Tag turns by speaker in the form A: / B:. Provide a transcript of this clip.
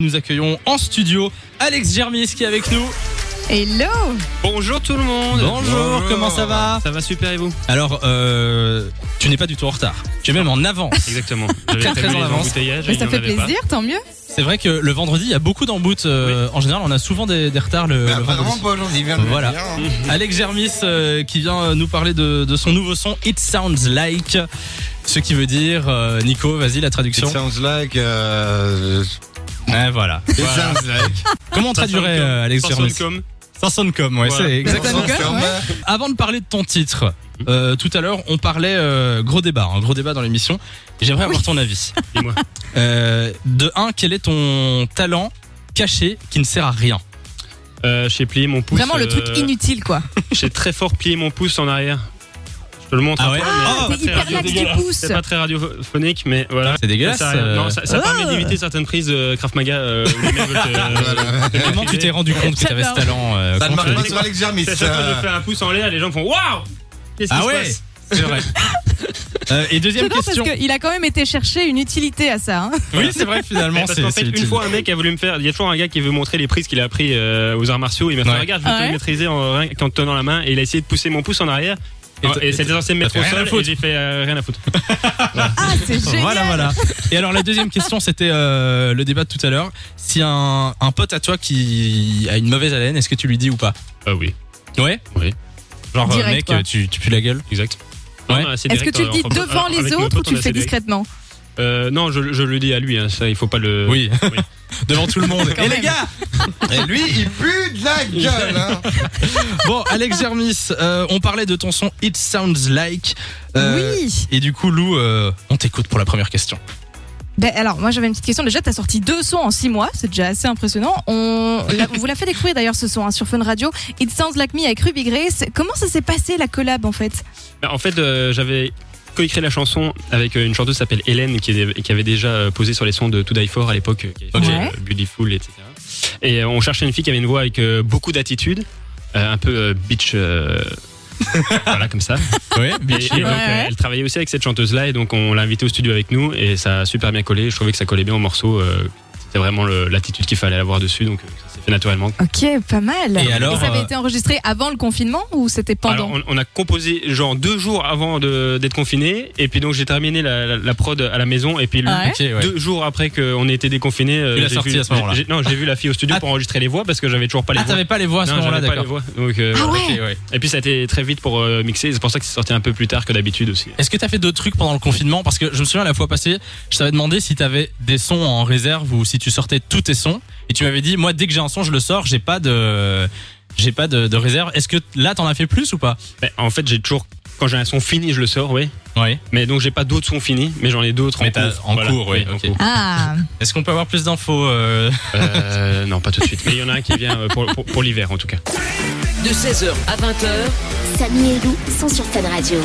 A: Nous accueillons en studio Alex Germis qui est avec nous.
B: Hello
C: Bonjour tout le monde
A: comment ça va
C: Ça va super et vous
A: Alors, euh, tu n'es pas du tout en retard. Tu es même en avance.
C: Exactement.
A: Très,
C: J'avais
A: très
C: prévu
A: en
C: les
A: avance.
C: embouteillages et
B: Mais
C: il
B: ça
C: y en
B: fait
C: avait pas.
B: plaisir, tant mieux.
A: C'est vrai que le vendredi, il y a beaucoup d'emboutes. euh, En général, on a souvent des, des retards le,
D: Bah,
A: le vendredi.
D: apparemment pas aujourd'hui, bien
A: Voilà.
D: bien, hein.
A: Alex Germis euh, qui vient euh, nous parler de, de son nouveau son It Sounds Like. Ce qui veut dire, euh, Nico, vas-y la
D: It
A: traduction.
D: sounds like. euh,
A: Ouais, voilà.
D: It sounds like.
A: Comment on
C: Ça sonne
A: traduirait
C: comme-
A: euh, Alex
C: ça sonne
A: Germis
C: comme.
A: Ça sonne comme, ouais,
C: Voilà.
A: c'est
D: It
A: exact.
B: Exactement.
D: sounds comme.
A: Avant de parler de ton titre, euh, tout à l'heure, on parlait euh, gros débat, un gros débat dans l'émission. J'aimerais avoir ton avis.
C: Dis-moi.
A: Euh, de un, quel est ton talent caché qui ne sert à rien
C: Euh, j'ai plié mon pouce.
B: Vraiment le truc
C: euh,
B: inutile, quoi.
C: J'ai très fort plié mon pouce en arrière. Je te le montre.
A: Ah ouais
C: après, mais
A: Ah,
C: c'est pas
B: c'est
C: très
B: hyper
C: radio-
B: lax du pouce.
C: C'est pas très radiophonique, mais voilà.
A: C'est dégueulasse.
C: Ça, sert à rien. non,
A: euh,
C: ça, ça
B: Ah.
C: permet d'imiter certaines prises de Krav Maga. euh, où les mecs veulent te-
D: Voilà.
C: te
A: Comment Ah, tu
C: maîtriser.
A: t'es rendu compte que t'avais ce
B: J'adore.
A: talent euh,
D: Ça ne
A: comment tu
D: marche
A: l'as
D: pas
A: dit
D: sur Alex Jarmis.
C: C'est à chaque fois que je
D: ça.
C: fais un pouce en l'air, les gens font Waouh Qu'est-ce qui
A: Ah
C: se
A: ouais,
C: passe
A: c'est vrai. Euh, et deuxième
B: J'adore parce
A: question.
B: qu'il a quand même été chercher une utilité à ça. hein.
A: Oui, c'est vrai
C: Ouais,
A: finalement.
C: parce
A: c'est-
C: qu'en
A: c'est
C: fait, une
A: utile.
C: fois un mec a voulu me faire, il y a toujours un gars qui veut montrer les prises qu'il a appris euh, aux arts martiaux. Il m'a fait
A: Ouais.
C: regarde, je vais
B: Ah
C: te
B: ouais
C: le maîtriser en, rien qu'en te tenant la main. Et il a essayé de pousser mon pouce en arrière.
A: Et
C: Et,
A: t'as-
C: c'était censé me
A: t'as
C: mettre
A: fait
C: au
A: rien à
C: sol
A: foutre.
C: et j'ai fait euh, rien à foutre.
B: Ah, c'est génial
A: Voilà, voilà. Et alors la deuxième question, c'était euh, le débat de tout à l'heure. Si un, un pote à toi qui a une mauvaise haleine, est-ce que tu lui dis ou pas
C: Ah oui,
A: Ouais.
C: Oui.
A: Genre euh,
B: Direct,
A: mec,
B: quoi.
A: euh, tu, tu pues la gueule.
C: exact.
A: Ouais.
B: Est-ce que tu le dis devant les autres ou tu le fais discrètement
C: euh, Non, je, je le dis à lui, hein, ça il faut pas le.
A: Oui.
C: Oui.
A: Devant tout le monde.
B: Quand
A: Et les
B: même.
A: gars.
D: Et lui, il pue de la gueule. hein.
A: Bon, Alex Germis, euh, on parlait de ton son It Sounds Like. Euh,
B: Oui
A: Et du coup, Lou, euh, on t'écoute pour la première question.
B: ben, Alors, moi j'avais une petite question. Déjà, t'as sorti deux sons en six mois, c'est déjà assez impressionnant. On, l'a- on vous l'a fait découvrir d'ailleurs ce son hein, sur Fun Radio. It Sounds Like Me avec Ruby Grace. Comment ça s'est passé la collab en fait
C: Bah, En fait, euh, j'avais coécrit la chanson avec euh, une chanteuse qui s'appelle Hélène qui, est- qui avait déjà euh, posé sur les sons de To Die For à l'époque, euh, qui avait fait,
B: Ouais.
C: euh, Beautiful, etc. Et euh, on cherchait une fille qui avait une voix avec euh, beaucoup d'attitude, euh, un peu euh, bitch. euh, voilà, comme ça.
A: Ouais,
C: Et- et donc,
B: Ouais.
C: euh, elle travaillait aussi avec cette chanteuse-là, et donc on l'a invitée au studio avec nous, et ça a super bien collé. Je trouvais que ça collait bien au morceau. euh, C'était vraiment le- l'attitude qu'il fallait avoir dessus, donc euh, ça s'est fait naturellement.
B: Ok, pas mal.
A: Et alors,
B: ça avait
A: euh,
B: été enregistré avant le confinement ou c'était pendant
C: Alors, on, on a composé genre deux jours avant de- d'être confiné, et puis donc j'ai terminé la, la- la prod à la maison, et puis le-
B: Ouais.
A: Ok, ouais.
C: deux jours après qu'on ait été déconfiné,
A: Tu l'as sorti à ce moment-là.
C: Non, j'ai vu la fille au studio
A: Ah.
C: pour enregistrer les voix parce que j'avais toujours pas les
A: Ah,
C: voix.
A: t'avais pas les voix à ce
C: Non,
A: moment-là,
C: j'avais pas
A: d'accord.
C: les voix. Donc, euh,
B: Ah ouais
A: Ok, ouais.
C: Et puis ça a été très vite pour euh, mixer, c'est pour ça que c'est sorti un peu plus tard que d'habitude aussi.
A: Est-ce que t'as fait d'autres trucs pendant le confinement Parce que je me souviens la fois passée, je t'avais demandé si t'avais des sons en réserve ou si tu sortais tous tes sons. Et tu m'avais dit, moi, dès que j'ai un son, je le sors. J'ai pas de, j'ai pas de, de réserve. Est-ce que là, t'en as fait plus ou pas
C: Mais en fait, j'ai toujours quand j'ai un son fini, je le sors, oui.
A: Oui.
C: Mais donc j'ai pas d'autres sons finis, mais j'en ai d'autres
A: Mais
C: en
A: t'as-
C: cours.
A: en cours, ouais,
C: en
A: ok.
C: cours.
B: Ah
A: Est-ce qu'on peut avoir plus d'infos euh,
C: Euh, non, pas tout de suite. Mais il y en a un qui vient euh, pour- pour- pour l'hiver en tout cas.
E: de 16h à 20h.
F: Samy et Lou sont sur Fan Radio.